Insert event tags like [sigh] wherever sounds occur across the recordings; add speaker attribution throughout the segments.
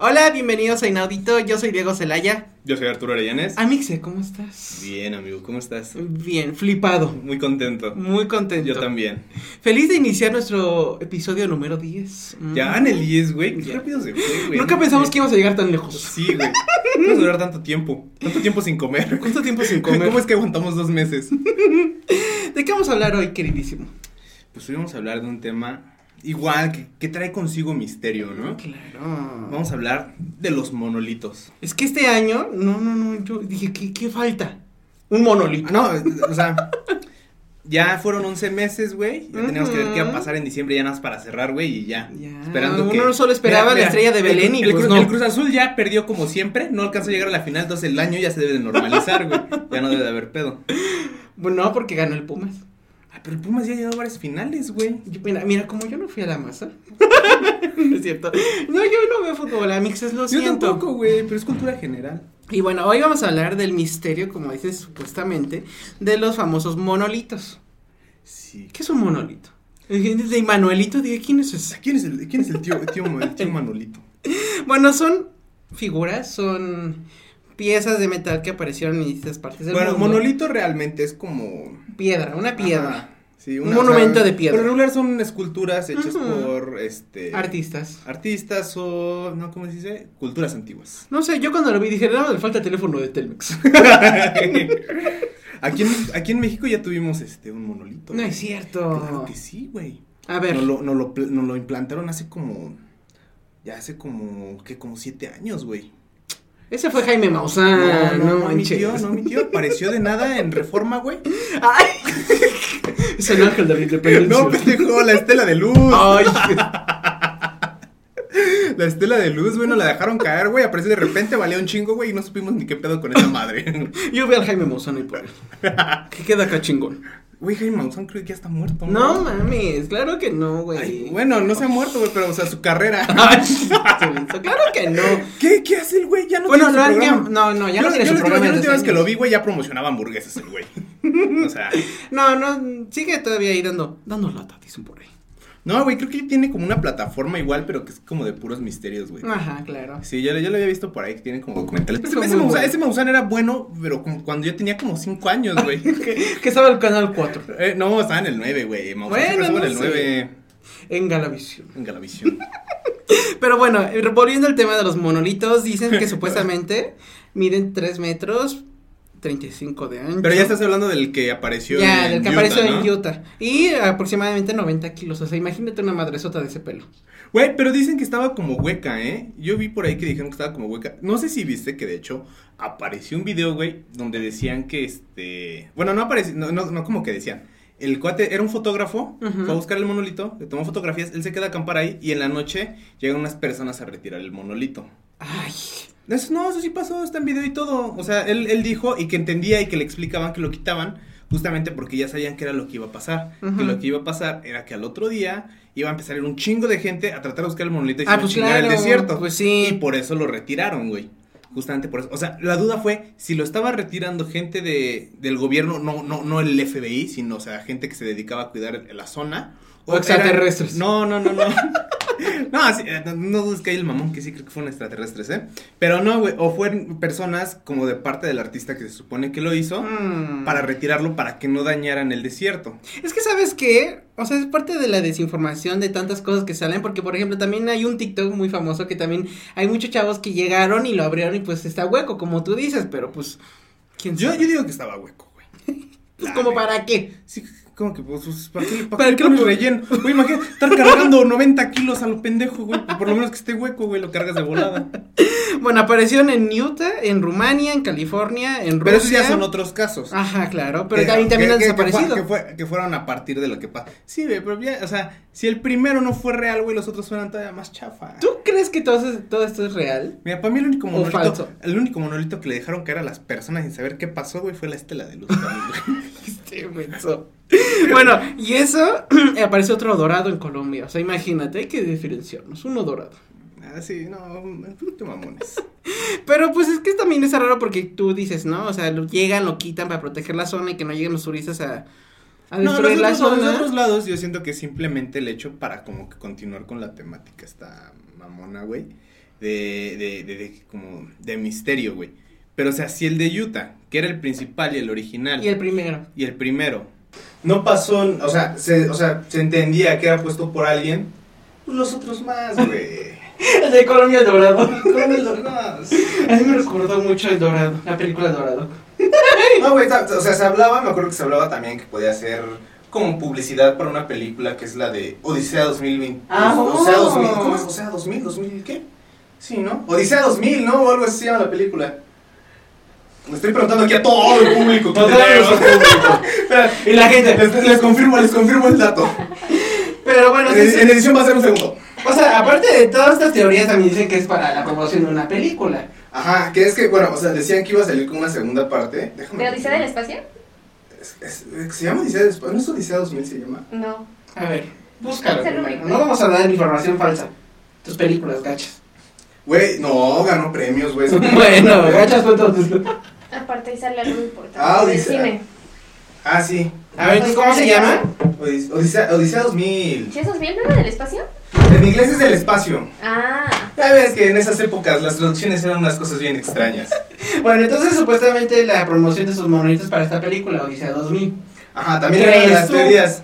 Speaker 1: Hola, bienvenidos a Inaudito, yo soy Diego Celaya.
Speaker 2: Yo soy Arturo Arellanes.
Speaker 1: Amixe, ¿cómo estás?
Speaker 2: Bien, amigo, ¿cómo estás?
Speaker 1: Bien, flipado.
Speaker 2: Muy contento.
Speaker 1: Muy contento.
Speaker 2: Yo también.
Speaker 1: Feliz de iniciar nuestro episodio número 10. Mm.
Speaker 2: Ya en el 10, güey. Qué
Speaker 1: Ya.
Speaker 2: rápido se fue, güey.
Speaker 1: Nunca pensamos que íbamos a llegar tan lejos.
Speaker 2: Sí, güey. No vamos a durar tanto tiempo. Tanto tiempo sin comer.
Speaker 1: ¿Cuánto tiempo sin comer?
Speaker 2: ¿Cómo es que aguantamos dos meses?
Speaker 1: ¿De qué vamos a hablar hoy, queridísimo?
Speaker 2: Pues hoy vamos a hablar de un tema igual que, que trae consigo misterio, ¿no?
Speaker 1: Claro.
Speaker 2: Vamos a hablar de los monolitos.
Speaker 1: Es que este año, no, no, no, yo dije, ¿qué, qué falta? Un monolito.
Speaker 2: Ah, No, o sea, ya fueron 11 meses, güey. Ya teníamos que ver qué va a
Speaker 1: Ujú.
Speaker 2: pasar en diciembre ya nada más para cerrar, güey, y ya.
Speaker 1: Ya,
Speaker 2: Esperando
Speaker 1: uno
Speaker 2: que...
Speaker 1: no solo esperaba la estrella de
Speaker 2: el-
Speaker 1: Belén y
Speaker 2: el,
Speaker 1: pues
Speaker 2: Cruz,
Speaker 1: no.
Speaker 2: el Cruz Azul ya perdió como siempre, no alcanzó a llegar a la final, entonces el año ya se debe de normalizar, güey. Ya no debe de haber pedo.
Speaker 1: Bueno, no, porque ganó el Pumas.
Speaker 2: Ay, pero el Pumas ya ha llegado a varias finales, güey.
Speaker 1: Yo- mira, mira, como yo no fui a la masa. [laughs] no es cierto. No, yo no veo fútbol, Amixes, lo
Speaker 2: Yo
Speaker 1: siento.
Speaker 2: tampoco, güey, pero es cultura general.
Speaker 1: Y bueno, hoy vamos a hablar del misterio, como dices supuestamente, de los famosos monolitos.
Speaker 2: Sí.
Speaker 1: ¿Qué es un monolito? De Manuelito, dije, ¿quién es ese?
Speaker 2: ¿Quién es el, quién es el tío, el tío,
Speaker 1: [laughs]
Speaker 2: el tío Manolito?
Speaker 1: Bueno, son figuras, son piezas de metal que aparecieron en distintas partes del
Speaker 2: Bueno,
Speaker 1: mundo.
Speaker 2: Monolito realmente es como...
Speaker 1: Piedra, una
Speaker 2: Ajá,
Speaker 1: piedra.
Speaker 2: sí,
Speaker 1: Un monumento de piedra.
Speaker 2: Por lo regular son esculturas hechas
Speaker 1: Ujú.
Speaker 2: por este
Speaker 1: Artistas.
Speaker 2: artistas o no cómo se dice culturas antiguas. [laughs]
Speaker 1: No sé, yo cuando lo vi dije, no, le falta el teléfono de Telmex. [laughs]
Speaker 2: aquí, en, aquí en México ya tuvimos este un monolito.
Speaker 1: no
Speaker 2: güey.
Speaker 1: es cierto.
Speaker 2: Claro que sí, güey.
Speaker 1: A ver,
Speaker 2: Nos lo, nos lo pl- nos lo implantaron hace como ya hace como que como siete años, güey.
Speaker 1: ese fue Jaime Maussan, Ah, no,
Speaker 2: mi
Speaker 1: manches.
Speaker 2: tío, no mi tío apareció de nada en
Speaker 1: [laughs]
Speaker 2: Reforma, güey.
Speaker 1: Ay. es el ángel de la independencia.
Speaker 2: [laughs] No, pues, pendejo, la estela de luz.
Speaker 1: Ay, [laughs]
Speaker 2: La estela de luz, güey, no la dejaron caer, güey. Apareció de repente, valía un chingo, güey, y no supimos ni qué pedo con esa madre. [laughs]
Speaker 1: yo veo al Jaime Maussan ahí por él. Que queda acá chingón.
Speaker 2: Güey, Jaime Maussan creo que ya está muerto.
Speaker 1: No mames, claro que no,
Speaker 2: Ay,
Speaker 1: güey.
Speaker 2: bueno, no se ha muerto, güey, pero, o sea, su carrera.
Speaker 1: [laughs] Ay, silencio, claro que no.
Speaker 2: ¿Qué, ¿Qué hace el güey? Ya no
Speaker 1: Bueno,
Speaker 2: tiene su
Speaker 1: no,
Speaker 2: programa.
Speaker 1: no, no, ya
Speaker 2: yo,
Speaker 1: no tiene su
Speaker 2: yo la última-
Speaker 1: programa
Speaker 2: Yo la
Speaker 1: desde
Speaker 2: última vez que
Speaker 1: años.
Speaker 2: lo vi, güey, ya promocionaba hamburguesas el güey. [laughs] O sea,
Speaker 1: No, no, sigue todavía ahí dando, dando lata, dicen por ahí.
Speaker 2: no, güey, creo que tiene como una plataforma igual, pero que es como de puros misterios, güey.
Speaker 1: Ajá, claro.
Speaker 2: Sí, yo, lo- yo lo había visto por ahí, que tienen como documentales.
Speaker 1: Ah. Es
Speaker 2: Ese,
Speaker 1: como
Speaker 2: ese
Speaker 1: muy
Speaker 2: Maussan,
Speaker 1: bueno.
Speaker 2: ese Maussan era bueno, pero como cuando yo tenía como 5 años,
Speaker 1: [laughs]
Speaker 2: güey.
Speaker 1: Que, que estaba el canal 4
Speaker 2: Eh, no, estaba en el 9, güey. Maussan
Speaker 1: Bueno,
Speaker 2: siempre estuvo en
Speaker 1: no
Speaker 2: el
Speaker 1: sé.
Speaker 2: 9
Speaker 1: en Galavisión. [laughs]
Speaker 2: en Galavisión.
Speaker 1: Pero bueno, eh, volviendo al tema de los monolitos, dicen
Speaker 2: [laughs]
Speaker 1: que supuestamente miden 3 metros, 35 de ancho.
Speaker 2: Pero ya estás hablando del que apareció
Speaker 1: Ya,
Speaker 2: en
Speaker 1: del que
Speaker 2: Utah,
Speaker 1: apareció
Speaker 2: ¿no?
Speaker 1: en Utah. Y aproximadamente 90 kilos. O sea, imagínate una madresota de ese pelo.
Speaker 2: Güey, pero dicen que estaba como hueca, ¿eh? Yo vi por ahí que dijeron que estaba como hueca. No sé si viste que de hecho apareció un video, güey, donde decían que este. Bueno, no apareció, no, no, no como que decían. El cuate era un fotógrafo,
Speaker 1: Ujú.
Speaker 2: fue a buscar el monolito, le tomó fotografías, él se queda a acampar ahí y en la noche llegan unas personas a retirar el monolito.
Speaker 1: Ay,
Speaker 2: Eso, no, eso sí pasó, está en video y todo. O sea, él, él dijo y que entendía y que le explicaban que lo quitaban justamente porque ya sabían que era lo que iba a pasar.
Speaker 1: Ujú.
Speaker 2: Que lo que iba a pasar era que al otro día iba a empezar a ir un chingo de gente a tratar de buscar el monolito y se
Speaker 1: Ah,
Speaker 2: iba a
Speaker 1: pues
Speaker 2: chingar el
Speaker 1: claro,
Speaker 2: desierto.
Speaker 1: pues sí.
Speaker 2: Y por eso lo retiraron, güey. Justamente por eso. O sea, la duda fue si lo estaba retirando gente de, del gobierno, no, no, no el FBI, sino, o sea, gente que se dedicaba a cuidar la zona.
Speaker 1: O extraterrestres.
Speaker 2: era- No, no, [laughs] no, no. No, sí, eh, no- no dudes que hay el mamón que sí creo que fueron extraterrestres, ¿eh? Pero no, güey, o fueron personas como de parte del artista que se supone que lo hizo
Speaker 1: mm.
Speaker 2: para retirarlo para que no dañaran el desierto.
Speaker 1: Es que, ¿sabes qué? O sea, es parte de la desinformación de tantas cosas que salen. Porque, por ejemplo, también hay un TikTok muy famoso que también hay muchos chavos que llegaron y lo abrieron y pues está hueco, como tú dices. Pero pues, ¿quién
Speaker 2: Yo,
Speaker 1: sabe?
Speaker 2: yo digo que estaba hueco, güey.
Speaker 1: Pues, ¿Como para qué?
Speaker 2: Sí, como que, pues, pues, ¿para qué, para
Speaker 1: ¿Para
Speaker 2: qué
Speaker 1: qué
Speaker 2: le pones
Speaker 1: lo-
Speaker 2: relleno? Güey, imagínate,
Speaker 1: [laughs]
Speaker 2: estar cargando 90 kilos a lo pendejo, güey. Por lo menos que esté hueco, güey, lo cargas de volada.
Speaker 1: Bueno, aparecieron en Utah, en Rumania, en California, en Rusia.
Speaker 2: Pero esos ya son otros casos.
Speaker 1: Ajá, claro. Ah, Pero
Speaker 2: Que-
Speaker 1: también, también
Speaker 2: que-
Speaker 1: han
Speaker 2: que- que fue-
Speaker 1: desaparecido.
Speaker 2: Que, fue- que fueron a partir de lo que pasa. Sí, güey, pero ya, o sea, si el primero no fue real, güey, los otros fueron todavía más chafa.
Speaker 1: ¿Tú crees que todo, eso- todo esto es real?
Speaker 2: Mira, para mí el único
Speaker 1: O
Speaker 2: monolito,
Speaker 1: falso.
Speaker 2: el único monolito que le dejaron caer a las personas sin saber qué pasó, güey, fue la estela de luz.
Speaker 1: [laughs]
Speaker 2: para mí, güey.
Speaker 1: Este menso. Bueno, y eso [clears throat] aparece otro dorado en Colombia. O sea, imagínate, hay que diferenciarnos. Uno dorado.
Speaker 2: ah, sí, no, tú te mamones.
Speaker 1: Pero pues es que también es raro porque tú dices, ¿no? O sea, lo llegan, lo quitan para proteger la zona y que no lleguen los turistas a, a ¿eh?
Speaker 2: No,
Speaker 1: destruir
Speaker 2: los
Speaker 1: la
Speaker 2: otros, los
Speaker 1: zona.
Speaker 2: otros lados yo siento que simplemente el hecho para como que continuar con la temática está mamona, güey. de, de, de, de como de misterio, güey. Pero, o sea, si el de Utah, que era el principal y el original.
Speaker 1: Y el primero.
Speaker 2: y el primero. No pasó, o sea, se, o sea, se entendía que era puesto por alguien. Pues los otros
Speaker 1: [laughs]
Speaker 2: más, güey.
Speaker 1: [laughs] El de Colombia el Dorado.
Speaker 2: ¿Cómo los más?
Speaker 1: A mí me recordó mucho el Dorado, la película Dorado.
Speaker 2: No, güey, ta- o sea, se hablaba, me acuerdo que se hablaba también que podía ser como publicidad para una película que es la de Odisea 2020.
Speaker 1: Ah,
Speaker 2: Odisea
Speaker 1: oh.
Speaker 2: 2000, ¿cómo es? Odisea 2000, 2000, ¿qué? Sí, ¿no? Odisea 2000, ¿no? O algo así se llama la película. Le estoy preguntando aquí a todo el público.
Speaker 1: [laughs] Todo nuestro [laughs]
Speaker 2: Espera,
Speaker 1: Y la gente.
Speaker 2: les, les confirmo, les confirmo el dato.
Speaker 1: Pero bueno, sí, sí. [laughs]
Speaker 2: En, en edición va a ser un segundo.
Speaker 1: o sea, aparte de todas estas teorías, también dicen que es para la promoción de una película.
Speaker 2: Ajá, que es que, bueno, o sea, decían que iba a salir con una segunda parte. Déjame.
Speaker 3: ¿De Odisea del Espacio?
Speaker 2: Es- es- ¿Se llama Odisea después? ¿No es Odisea 2000 se llama?
Speaker 3: No.
Speaker 1: A ver, búscalo.
Speaker 3: Es el
Speaker 1: primero.
Speaker 3: único.
Speaker 1: No vamos a dar información falsa. Tus películas, gachas.
Speaker 2: Güey, no, ganó premios, güey.
Speaker 1: [laughs] Bueno, gachas fue entonces.
Speaker 3: Aparte ahí sale algo importante
Speaker 2: Ah,
Speaker 3: del
Speaker 2: Odisea.
Speaker 3: cine.
Speaker 2: Ah, sí.
Speaker 1: A ver, ¿tú ¿cómo se llama?
Speaker 2: Odis- Odisea, Odisea 2000.
Speaker 3: ¿Sí es 2000 no era del espacio?
Speaker 2: En inglés es del espacio.
Speaker 3: Ah.
Speaker 2: Ya ves que en esas épocas las traducciones eran unas cosas bien extrañas.
Speaker 1: Bueno, entonces supuestamente la promoción de sus monolitos para esta película, Odisea 2000.
Speaker 2: Ajá, también era una de
Speaker 1: ¿Crees
Speaker 2: las
Speaker 1: tú?
Speaker 2: teorías.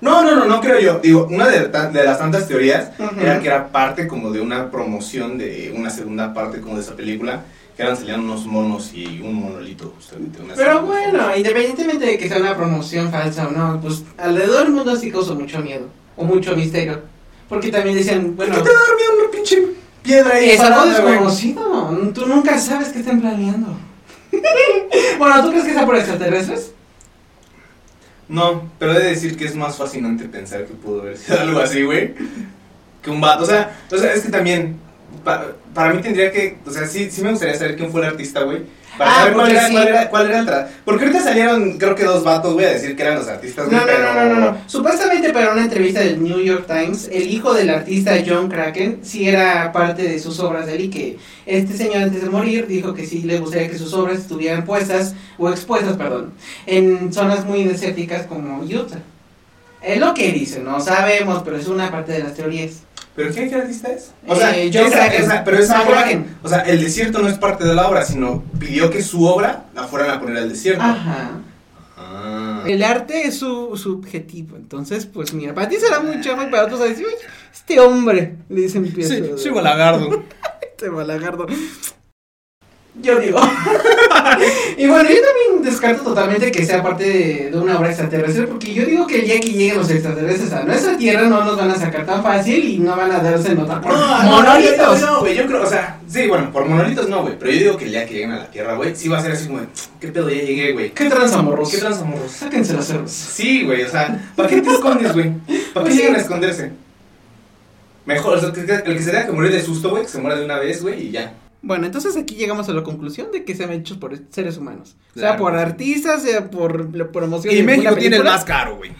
Speaker 2: No, no, no, no creo yo. Digo, una de, ta- de las tantas teorías
Speaker 1: Ujú.
Speaker 2: era que era parte como de una promoción de una segunda parte como de esa película, que eran salían unos monos y un monolito justamente. una
Speaker 1: Pero
Speaker 2: segunda
Speaker 1: bueno,
Speaker 2: forma.
Speaker 1: independientemente de que sea una promoción falsa o no, pues alrededor del mundo sí causó mucho miedo o mucho misterio. Porque también decían,
Speaker 2: ¿Por
Speaker 1: bueno,
Speaker 2: qué te dormía una pinche piedra ahí?
Speaker 1: es algo
Speaker 2: parada, güey?
Speaker 1: desconocido, tú nunca sabes qué están planeando. [laughs] bueno, ¿tú crees que sea por extraterrestres?
Speaker 2: No, pero he de decir que es más fascinante pensar que pudo haber sido [laughs] algo así, güey. Que un vato. O sea, o sea, es que también. pa- para mí tendría que. O sea, sí, sí me gustaría saber quién fue el artista, güey. Para
Speaker 1: Ah,
Speaker 2: saber cuál
Speaker 1: porque
Speaker 2: era,
Speaker 1: sí.
Speaker 2: cuál, era, cuál era el tra- Porque ahorita salieron, creo que dos vatos, güey, a decir que eran los artistas,
Speaker 1: No,
Speaker 2: güey.
Speaker 1: no,
Speaker 2: pero...
Speaker 1: no, no, no, no. Supuestamente para una entrevista del New York Times, el hijo del artista John Kraken sí era parte de sus obras de él y que este señor antes de morir dijo que sí le gustaría que sus obras estuvieran puestas o expuestas, perdón, en zonas muy desérticas como Utah. Es lo que dice, no sabemos, pero es una parte de las teorías.
Speaker 2: ¿Pero qué, qué artista es? O sea,
Speaker 1: Eh, John
Speaker 2: esa-
Speaker 1: Kraken.
Speaker 2: esa- pero esa
Speaker 1: John
Speaker 2: obra-
Speaker 1: Kraken.
Speaker 2: O sea, el desierto no es parte de la obra, sino pidió que su obra la fueran a poner al desierto.
Speaker 1: Ajá.
Speaker 2: Ah.
Speaker 1: El arte es su subjetivo, entonces pues mira, para ti será muy chavo y para otros así, "Uy, este hombre, le dicen pieza de-
Speaker 2: balagardo.
Speaker 1: Este balagardo. Yo [laughs] digo. y bueno, yo también descarto totalmente que sea parte de, de una obra extraterrestre, porque yo digo que el día que lleguen los extraterrestres a nuestra Tierra no nos van a sacar tan fácil y no van a darse nota por
Speaker 2: No,
Speaker 1: monolitos.
Speaker 2: monolitos. No, güey, yo creo, o sea, sí, bueno, por monolitos no, güey. Pero yo digo que ya que lleguen a la Tierra, güey, sí va a ser así como, de, ¿qué pedo ya llegué, güey?
Speaker 1: ¿Qué tranza, morros?
Speaker 2: ¿Qué transamorros?
Speaker 1: Sáquense las cervas.
Speaker 2: Sí, güey, o sea, ¿para qué te escondes, güey? ¿Para qué
Speaker 1: Pues sí.
Speaker 2: llegan a esconderse? Mejor, o sea, que- que- el que se tenga que morir de susto, güey, que se muera de una vez, güey, y ya.
Speaker 1: Bueno, entonces aquí llegamos a la conclusión de que sean hechos por seres humanos. Sea
Speaker 2: Claro.
Speaker 1: por artistas, sea por la promoción de alguna película.
Speaker 2: caro, güey.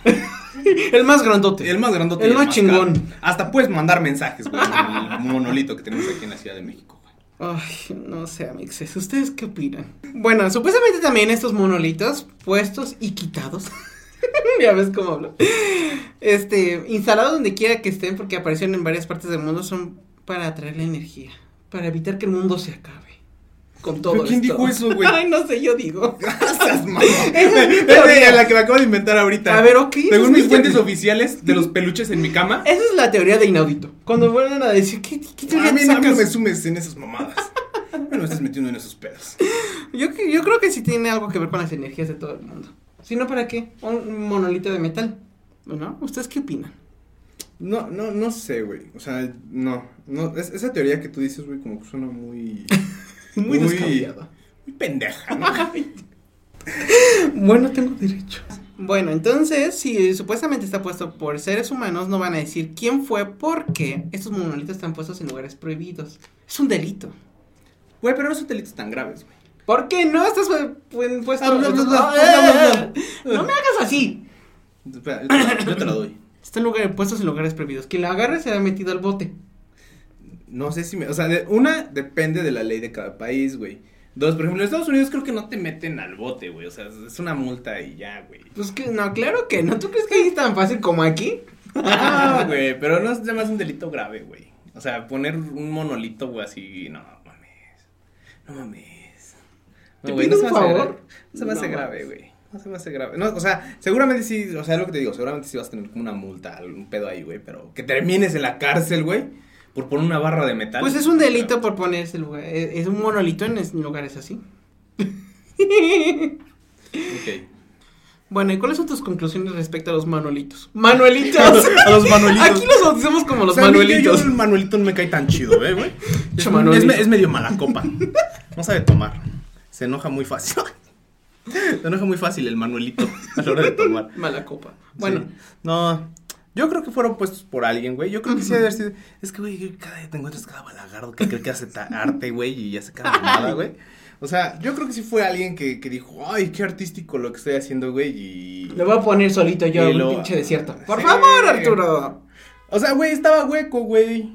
Speaker 1: El más grandote.
Speaker 2: más grandote.
Speaker 1: El y el más más chingón. caro.
Speaker 2: Hasta puedes mandar mensajes, güey, el monolito que tenemos aquí en la Ciudad de México, güey.
Speaker 1: [laughs] Ay, no sé, amixes, ¿ustedes qué opinan? Bueno, supuestamente también estos monolitos puestos y quitados. [laughs] ya ves cómo hablo. Este, instalados donde quiera que estén porque aparecieron en varias partes del mundo son para atraer la energía, para evitar que el mundo se acabe. Con todo
Speaker 2: ¿Pero quién
Speaker 1: esto.
Speaker 2: dijo eso, güey?
Speaker 1: [laughs] Ay, no sé, yo digo.
Speaker 2: Gracias, mamá.
Speaker 1: Esa es mi teoría.
Speaker 2: Esa es la que me acabo de inventar ahorita.
Speaker 1: A ver, ok. esa es
Speaker 2: Según
Speaker 1: mi
Speaker 2: mis fuentes
Speaker 1: teoría.
Speaker 2: oficiales de los peluches en mi [laughs] cama,
Speaker 1: Esa es la teoría de inaudito. Cuando vuelven a decir, ¿qué, qué teoría
Speaker 2: Ah, a mí no
Speaker 1: sacas?
Speaker 2: me sumes en esas mamadas. No me estás metiendo en esos pedos.
Speaker 1: Yo, que- yo creo que sí tiene algo que ver con las energías de todo el mundo. Si no, ¿para qué? Un monolito de metal. Bueno, ¿ustedes qué opinan?
Speaker 4: No, no, no sé, güey. O sea, no. no es- esa teoría que tú dices, güey, como que suena muy.
Speaker 1: [laughs] Muy
Speaker 4: Uy.
Speaker 1: descabellado.
Speaker 2: Muy pendeja, ¿no?
Speaker 1: [laughs]
Speaker 2: [laughs]
Speaker 1: Bueno, tengo derecho. Bueno, entonces, si supuestamente está puesto por seres humanos, no van a decir quién fue porque estos monolitos están puestos en lugares prohibidos. Es un delito.
Speaker 2: Güey, pero no son delitos tan graves, güey.
Speaker 1: ¿Por qué no estás pu- pu- puesto?
Speaker 4: Ah, bla, bla, bla,
Speaker 1: [laughs] No me hagas así.
Speaker 2: Espera, yo te la- Yo te la doy.
Speaker 1: Están lugar- puestos en lugares prohibidos. Quien la agarre será metido al bote.
Speaker 4: No sé si me. O sea, de- una depende de la ley de cada país, güey.
Speaker 2: Dos, por ejemplo, en Estados Unidos creo que no te meten al bote, güey. O sea, es una multa y ya, güey.
Speaker 1: Pues que no, claro que no. ¿Tú crees que ahí es tan fácil como aquí?
Speaker 2: Ah, güey, pero no es más un delito grave, güey. O sea, poner un monolito, güey, así, no mames. No mames.
Speaker 1: Te
Speaker 2: güey,
Speaker 1: pido
Speaker 2: se
Speaker 1: un
Speaker 2: me hace
Speaker 1: favor.
Speaker 2: grave. No se me hace
Speaker 1: No
Speaker 2: grave,
Speaker 1: mames.
Speaker 2: güey. No se me hace grave. No, o sea, seguramente sí, o sea, es lo que te digo, seguramente sí vas a tener como una multa, un pedo ahí, güey, pero que termines en la cárcel, güey, por poner una barra de metal. Ah,
Speaker 1: Pues es un delito por ponerse el lugar. e-, Es es un monolito en es- lugares así. [laughs] [laughs]
Speaker 2: Ok.
Speaker 1: Bueno, ¿y cuáles son tus conclusiones respecto a los manuelitos?
Speaker 2: [laughs]
Speaker 1: ¡Manuelitos!
Speaker 2: A los manuelitos.
Speaker 1: Aquí los bautizamos como los
Speaker 2: O sea, a mí que
Speaker 1: manuelitos.
Speaker 2: yo el manuelito no me cae tan chido,
Speaker 1: [laughs]
Speaker 2: ¿eh, güey. Es,
Speaker 1: Che, Manuelito.
Speaker 2: es me- es medio mala copa. No sabe tomar. Se enoja muy fácil. [laughs] Se enoja muy fácil el manuelito a la hora de tomar.
Speaker 1: Mala copa. Bueno,
Speaker 2: Sí. No, yo creo que fueron puestos por alguien, güey. Yo creo que sí ha de haber sido. Es que, güey, cada día te encuentras cada balagardo que cree que hace ta- arte, güey, y hace cada mamada, güey. O sea, yo creo que sí fue alguien que, que dijo, ay, qué artístico lo que estoy haciendo, güey, y...
Speaker 1: lo voy a poner solito yo
Speaker 2: Y
Speaker 1: en
Speaker 2: lo-
Speaker 1: un pinche desierto. Por
Speaker 2: Sí.
Speaker 1: favor, Arturo.
Speaker 2: O sea, güey, estaba hueco, güey.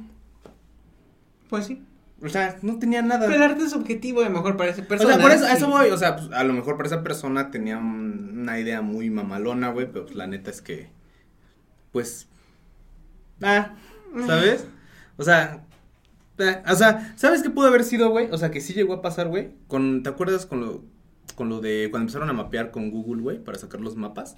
Speaker 1: Pues sí.
Speaker 2: O sea, no tenía nada.
Speaker 1: Pero el arte es subjetivo, a lo mejor para esa persona.
Speaker 2: o sea, por eso, a
Speaker 1: sí.
Speaker 2: eso voy, o sea, pues, a lo mejor para esa persona tenía un- una idea muy mamalona, güey, pero pues, la neta es que, pues, ah, ¿sabes? O sea, ah, o sea, ¿sabes qué pudo haber sido, güey? O sea, que sí llegó a pasar, güey, con, ¿te acuerdas con lo, con lo de cuando empezaron a mapear con Google, güey, para sacar los mapas?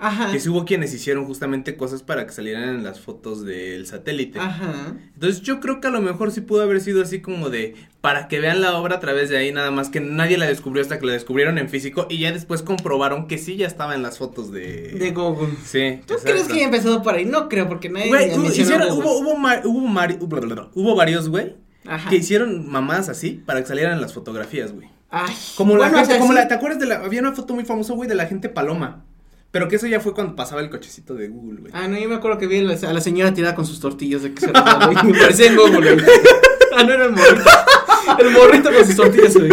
Speaker 1: Ajá.
Speaker 2: Que sí hubo quienes hicieron justamente cosas para que salieran en las fotos del satélite.
Speaker 1: Ajá.
Speaker 2: Entonces yo creo que a lo mejor sí pudo haber sido así como de para que vean la obra a través de ahí nada más que nadie la descubrió hasta que la descubrieron en físico y ya después comprobaron que sí ya estaba en las fotos de
Speaker 1: De Google. ¿Tú
Speaker 2: Sí. Eh, exacto.
Speaker 1: crees que haya empezado por ahí? No creo, porque nadie
Speaker 2: Güey,
Speaker 1: mencionó
Speaker 2: hubo, hicieron-
Speaker 1: Google.
Speaker 2: hubo, hubo, ma- hubo mari- hubo varios, güey,
Speaker 1: Ajá.
Speaker 2: que hicieron mamadas así para que salieran en las fotografías, güey.
Speaker 1: Ay,
Speaker 2: Como la
Speaker 1: bueno, o
Speaker 2: gente-
Speaker 1: sea,
Speaker 2: como
Speaker 1: sí.
Speaker 2: la- ¿te acuerdas de la, había una foto muy famosa, güey, de la gente paloma? Pero que eso ya fue cuando pasaba el cochecito de Google, güey.
Speaker 1: Ah, no, yo me acuerdo que vi a la, a la señora tirada con sus tortillas de queso. güey. Me parecía en Google,
Speaker 2: [laughs]
Speaker 1: güey. Ah, no, era el morrito. El morrito con sus tortillas, güey.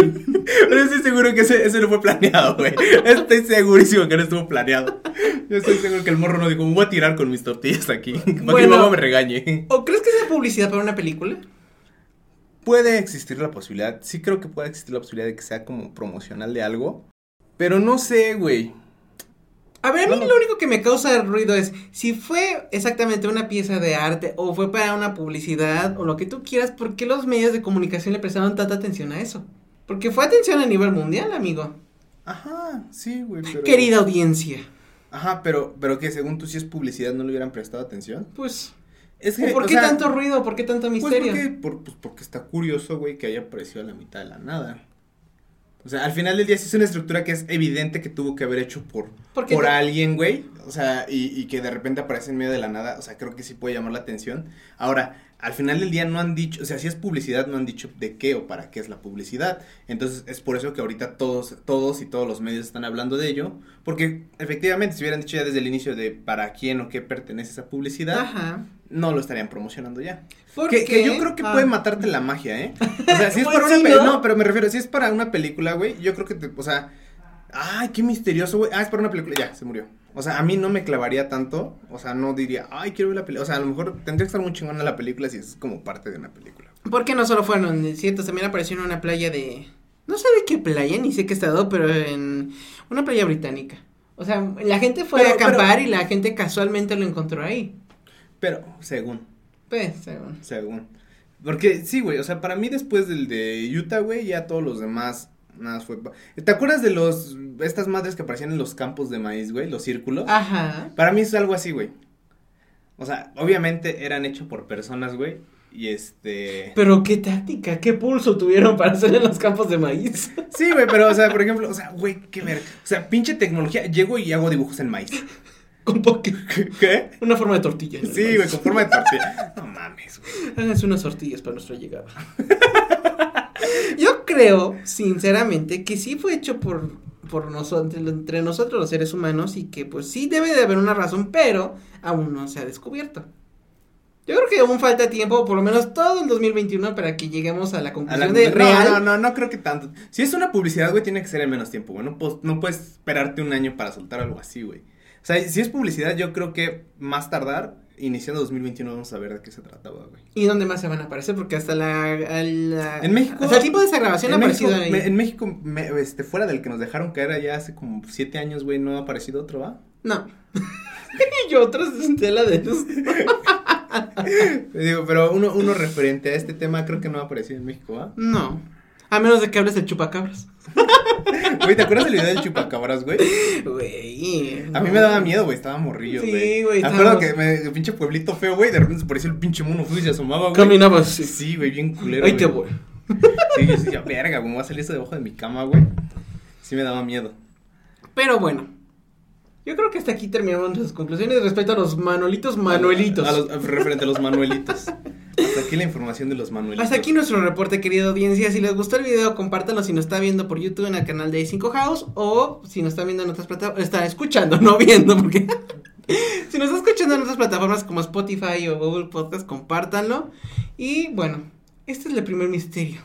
Speaker 2: Pero estoy seguro que ese, ese no fue planeado, güey. Estoy segurísimo que no estuvo planeado. Yo estoy seguro que el morro no dijo, me voy a tirar con mis tortillas aquí. [laughs] Para que
Speaker 1: Bueno.
Speaker 2: mi mamá me regañe.
Speaker 1: ¿O crees que sea publicidad para una película?
Speaker 2: Puede existir la posibilidad, sí creo que puede existir la posibilidad de que sea como promocional de algo. Pero no sé, güey.
Speaker 1: A ver, a mí
Speaker 2: No.
Speaker 1: lo único que me causa ruido es si fue exactamente una pieza de arte o fue para una publicidad o lo que tú quieras, ¿por qué los medios de comunicación le prestaron tanta atención a eso? Porque fue atención a nivel mundial, amigo.
Speaker 2: Ajá, sí, güey. Pero...
Speaker 1: Querida audiencia.
Speaker 2: Ajá, pero, pero que según tú si es publicidad no le hubieran prestado atención.
Speaker 1: Pues,
Speaker 2: Es
Speaker 1: ¿o ¿por
Speaker 2: o
Speaker 1: qué
Speaker 2: sea,
Speaker 1: tanto ruido? ¿Por qué tanto
Speaker 2: Pues
Speaker 1: misterio?
Speaker 2: porque, por- pues porque está curioso, güey, que haya aparecido a la mitad de la nada. O sea, al final del día sí es una estructura que es evidente que tuvo que haber hecho por,
Speaker 1: ¿Por qué
Speaker 2: por
Speaker 1: no?
Speaker 2: alguien, güey. O sea, y, y que de repente aparece en medio de la nada. O sea, creo que sí puede llamar la atención. Ahora, al final del día no han dicho, o sea, si es publicidad, no han dicho de qué o para qué es la publicidad. Entonces, es por eso que ahorita todos, todos y todos los medios están hablando de ello. Porque efectivamente, si hubieran dicho ya desde el inicio de para quién o qué pertenece esa publicidad,
Speaker 1: Ajá.
Speaker 2: no lo estarían promocionando ya.
Speaker 1: ¿Por
Speaker 2: Que, que
Speaker 1: qué?
Speaker 2: yo creo que
Speaker 1: Ah.
Speaker 2: puede matarte la magia, ¿eh? O
Speaker 1: [laughs]
Speaker 2: sea, si es
Speaker 1: Pues
Speaker 2: para una
Speaker 1: sí,
Speaker 2: película.
Speaker 1: ¿no?
Speaker 2: ¿no? pero me refiero, si es para una película, güey, yo creo que te, o sea, ay, qué misterioso, güey. Ah, es para una película, ya, se murió. O sea, a mí no me clavaría tanto, o sea, no diría, ay, quiero ver la película. O sea, a lo mejor tendría que estar muy chingona la película si es como parte de una película.
Speaker 1: Porque no solo fueron desiertos, también apareció en una playa de. No sé de qué playa, ni sé qué estado, pero en una playa británica. O sea, la gente fue
Speaker 2: Pero-
Speaker 1: a acampar
Speaker 2: pero-
Speaker 1: y la gente casualmente lo encontró ahí.
Speaker 2: Pero, según,
Speaker 1: Pues, según.
Speaker 2: según. Porque sí, güey, o sea, para mí después del de Utah, güey, ya todos los demás, nada más fue. pa- ¿Te acuerdas de los, estas madres que aparecían en los campos de maíz, güey? Los círculos.
Speaker 1: Ajá.
Speaker 2: Para mí es algo así, güey. O sea, obviamente eran hechos por personas, güey. Y este.
Speaker 1: Pero qué táctica, qué pulso tuvieron para hacer en los campos de maíz. [laughs]
Speaker 2: Sí, güey, pero, o sea, por ejemplo, o sea, güey, qué verga. O sea, pinche tecnología. Llego y hago dibujos en maíz.
Speaker 1: Con poque.
Speaker 2: ¿Qué?
Speaker 1: Una forma de tortilla. en el
Speaker 2: Sí,
Speaker 1: maíz.
Speaker 2: güey, con forma de tortilla. No mames, güey.
Speaker 1: Háganse unas tortillas para nuestra llegada. [laughs] Yo creo, sinceramente, que sí fue hecho por, por nosotros, entre nosotros los seres humanos y que pues sí debe de haber una razón, pero aún no se ha descubierto. Yo creo que aún falta tiempo, por lo menos todo el 2021, para que lleguemos a la
Speaker 2: A
Speaker 1: conclusión
Speaker 2: la-
Speaker 1: Pues de
Speaker 2: no,
Speaker 1: real.
Speaker 2: no, no, no creo que tanto. Si es una publicidad, güey, tiene que ser en menos tiempo, güey. No, pos- no puedes esperarte un año para soltar algo así, güey. O sea, si es publicidad, yo creo que más tardar, iniciando 2021, vamos a ver de qué se trataba, güey.
Speaker 1: ¿Y dónde más se van a aparecer? Porque hasta la... a la-
Speaker 2: En México-
Speaker 1: Hasta el tipo de esa grabación ha
Speaker 2: en México,
Speaker 1: aparecido ahí.
Speaker 2: me- en México, me- este, fuera del que nos dejaron caer allá hace como siete años,
Speaker 1: [laughs]
Speaker 2: güey, no ha aparecido otro, ¿va?
Speaker 1: este, No. y otras tela de esos.
Speaker 2: Te digo, pero uno, uno referente a este tema creo que no ha aparecido en México, ¿ah?
Speaker 1: No. A menos de que hables de chupacabras.
Speaker 2: Güey, ¿te acuerdas del video del chupacabras, güey?
Speaker 1: Güey.
Speaker 2: A mí me daba miedo, güey, estaba morrillo,
Speaker 1: Sí,
Speaker 2: güey.
Speaker 1: güey,
Speaker 2: Me acuerdo
Speaker 1: estábamos-
Speaker 2: que me, el pinche pueblito feo, güey, de repente se parecía el pinche mono feo y se asomaba, güey.
Speaker 1: Caminaba así.
Speaker 2: Sí, güey, bien culero,
Speaker 1: Ahí te
Speaker 2: güey.
Speaker 1: voy.
Speaker 2: Sí, yo decía, verga, güey, me va a salir esto debajo de mi cama, güey. Sí me daba miedo.
Speaker 1: Pero bueno. Yo creo que hasta aquí terminamos nuestras conclusiones respecto a los Manolitos Manuelitos.
Speaker 2: A los- a- referente a los manuelitos. Hasta aquí la información de los manuelitos.
Speaker 1: Hasta aquí nuestro reporte, querida audiencia. Si les gustó el video, compártanlo si nos está viendo por YouTube en el canal de 5 House o si nos está viendo en otras plataformas, está escuchando, [laughs] no viendo, porque si nos está escuchando en otras plataformas como Spotify o Google Podcast, compártanlo. Y bueno, este es el primer misterio.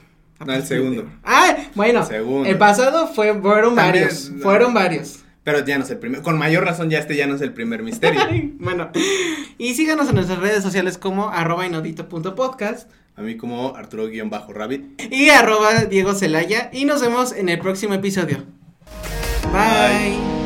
Speaker 2: No, el segundo.
Speaker 1: Ah, bueno,
Speaker 2: Segundo.
Speaker 1: el pasado fue, fueron
Speaker 2: También-
Speaker 1: varios, fueron varios.
Speaker 2: Pero ya no es el primer, con mayor razón ya este ya no es el primer misterio.
Speaker 1: [laughs] Bueno, y síganos en nuestras redes sociales como arroba inaudito.podcast.
Speaker 2: A mí como Arturo-Rabbit.
Speaker 1: y arroba Diego Celaya y nos vemos en el próximo episodio. Bye.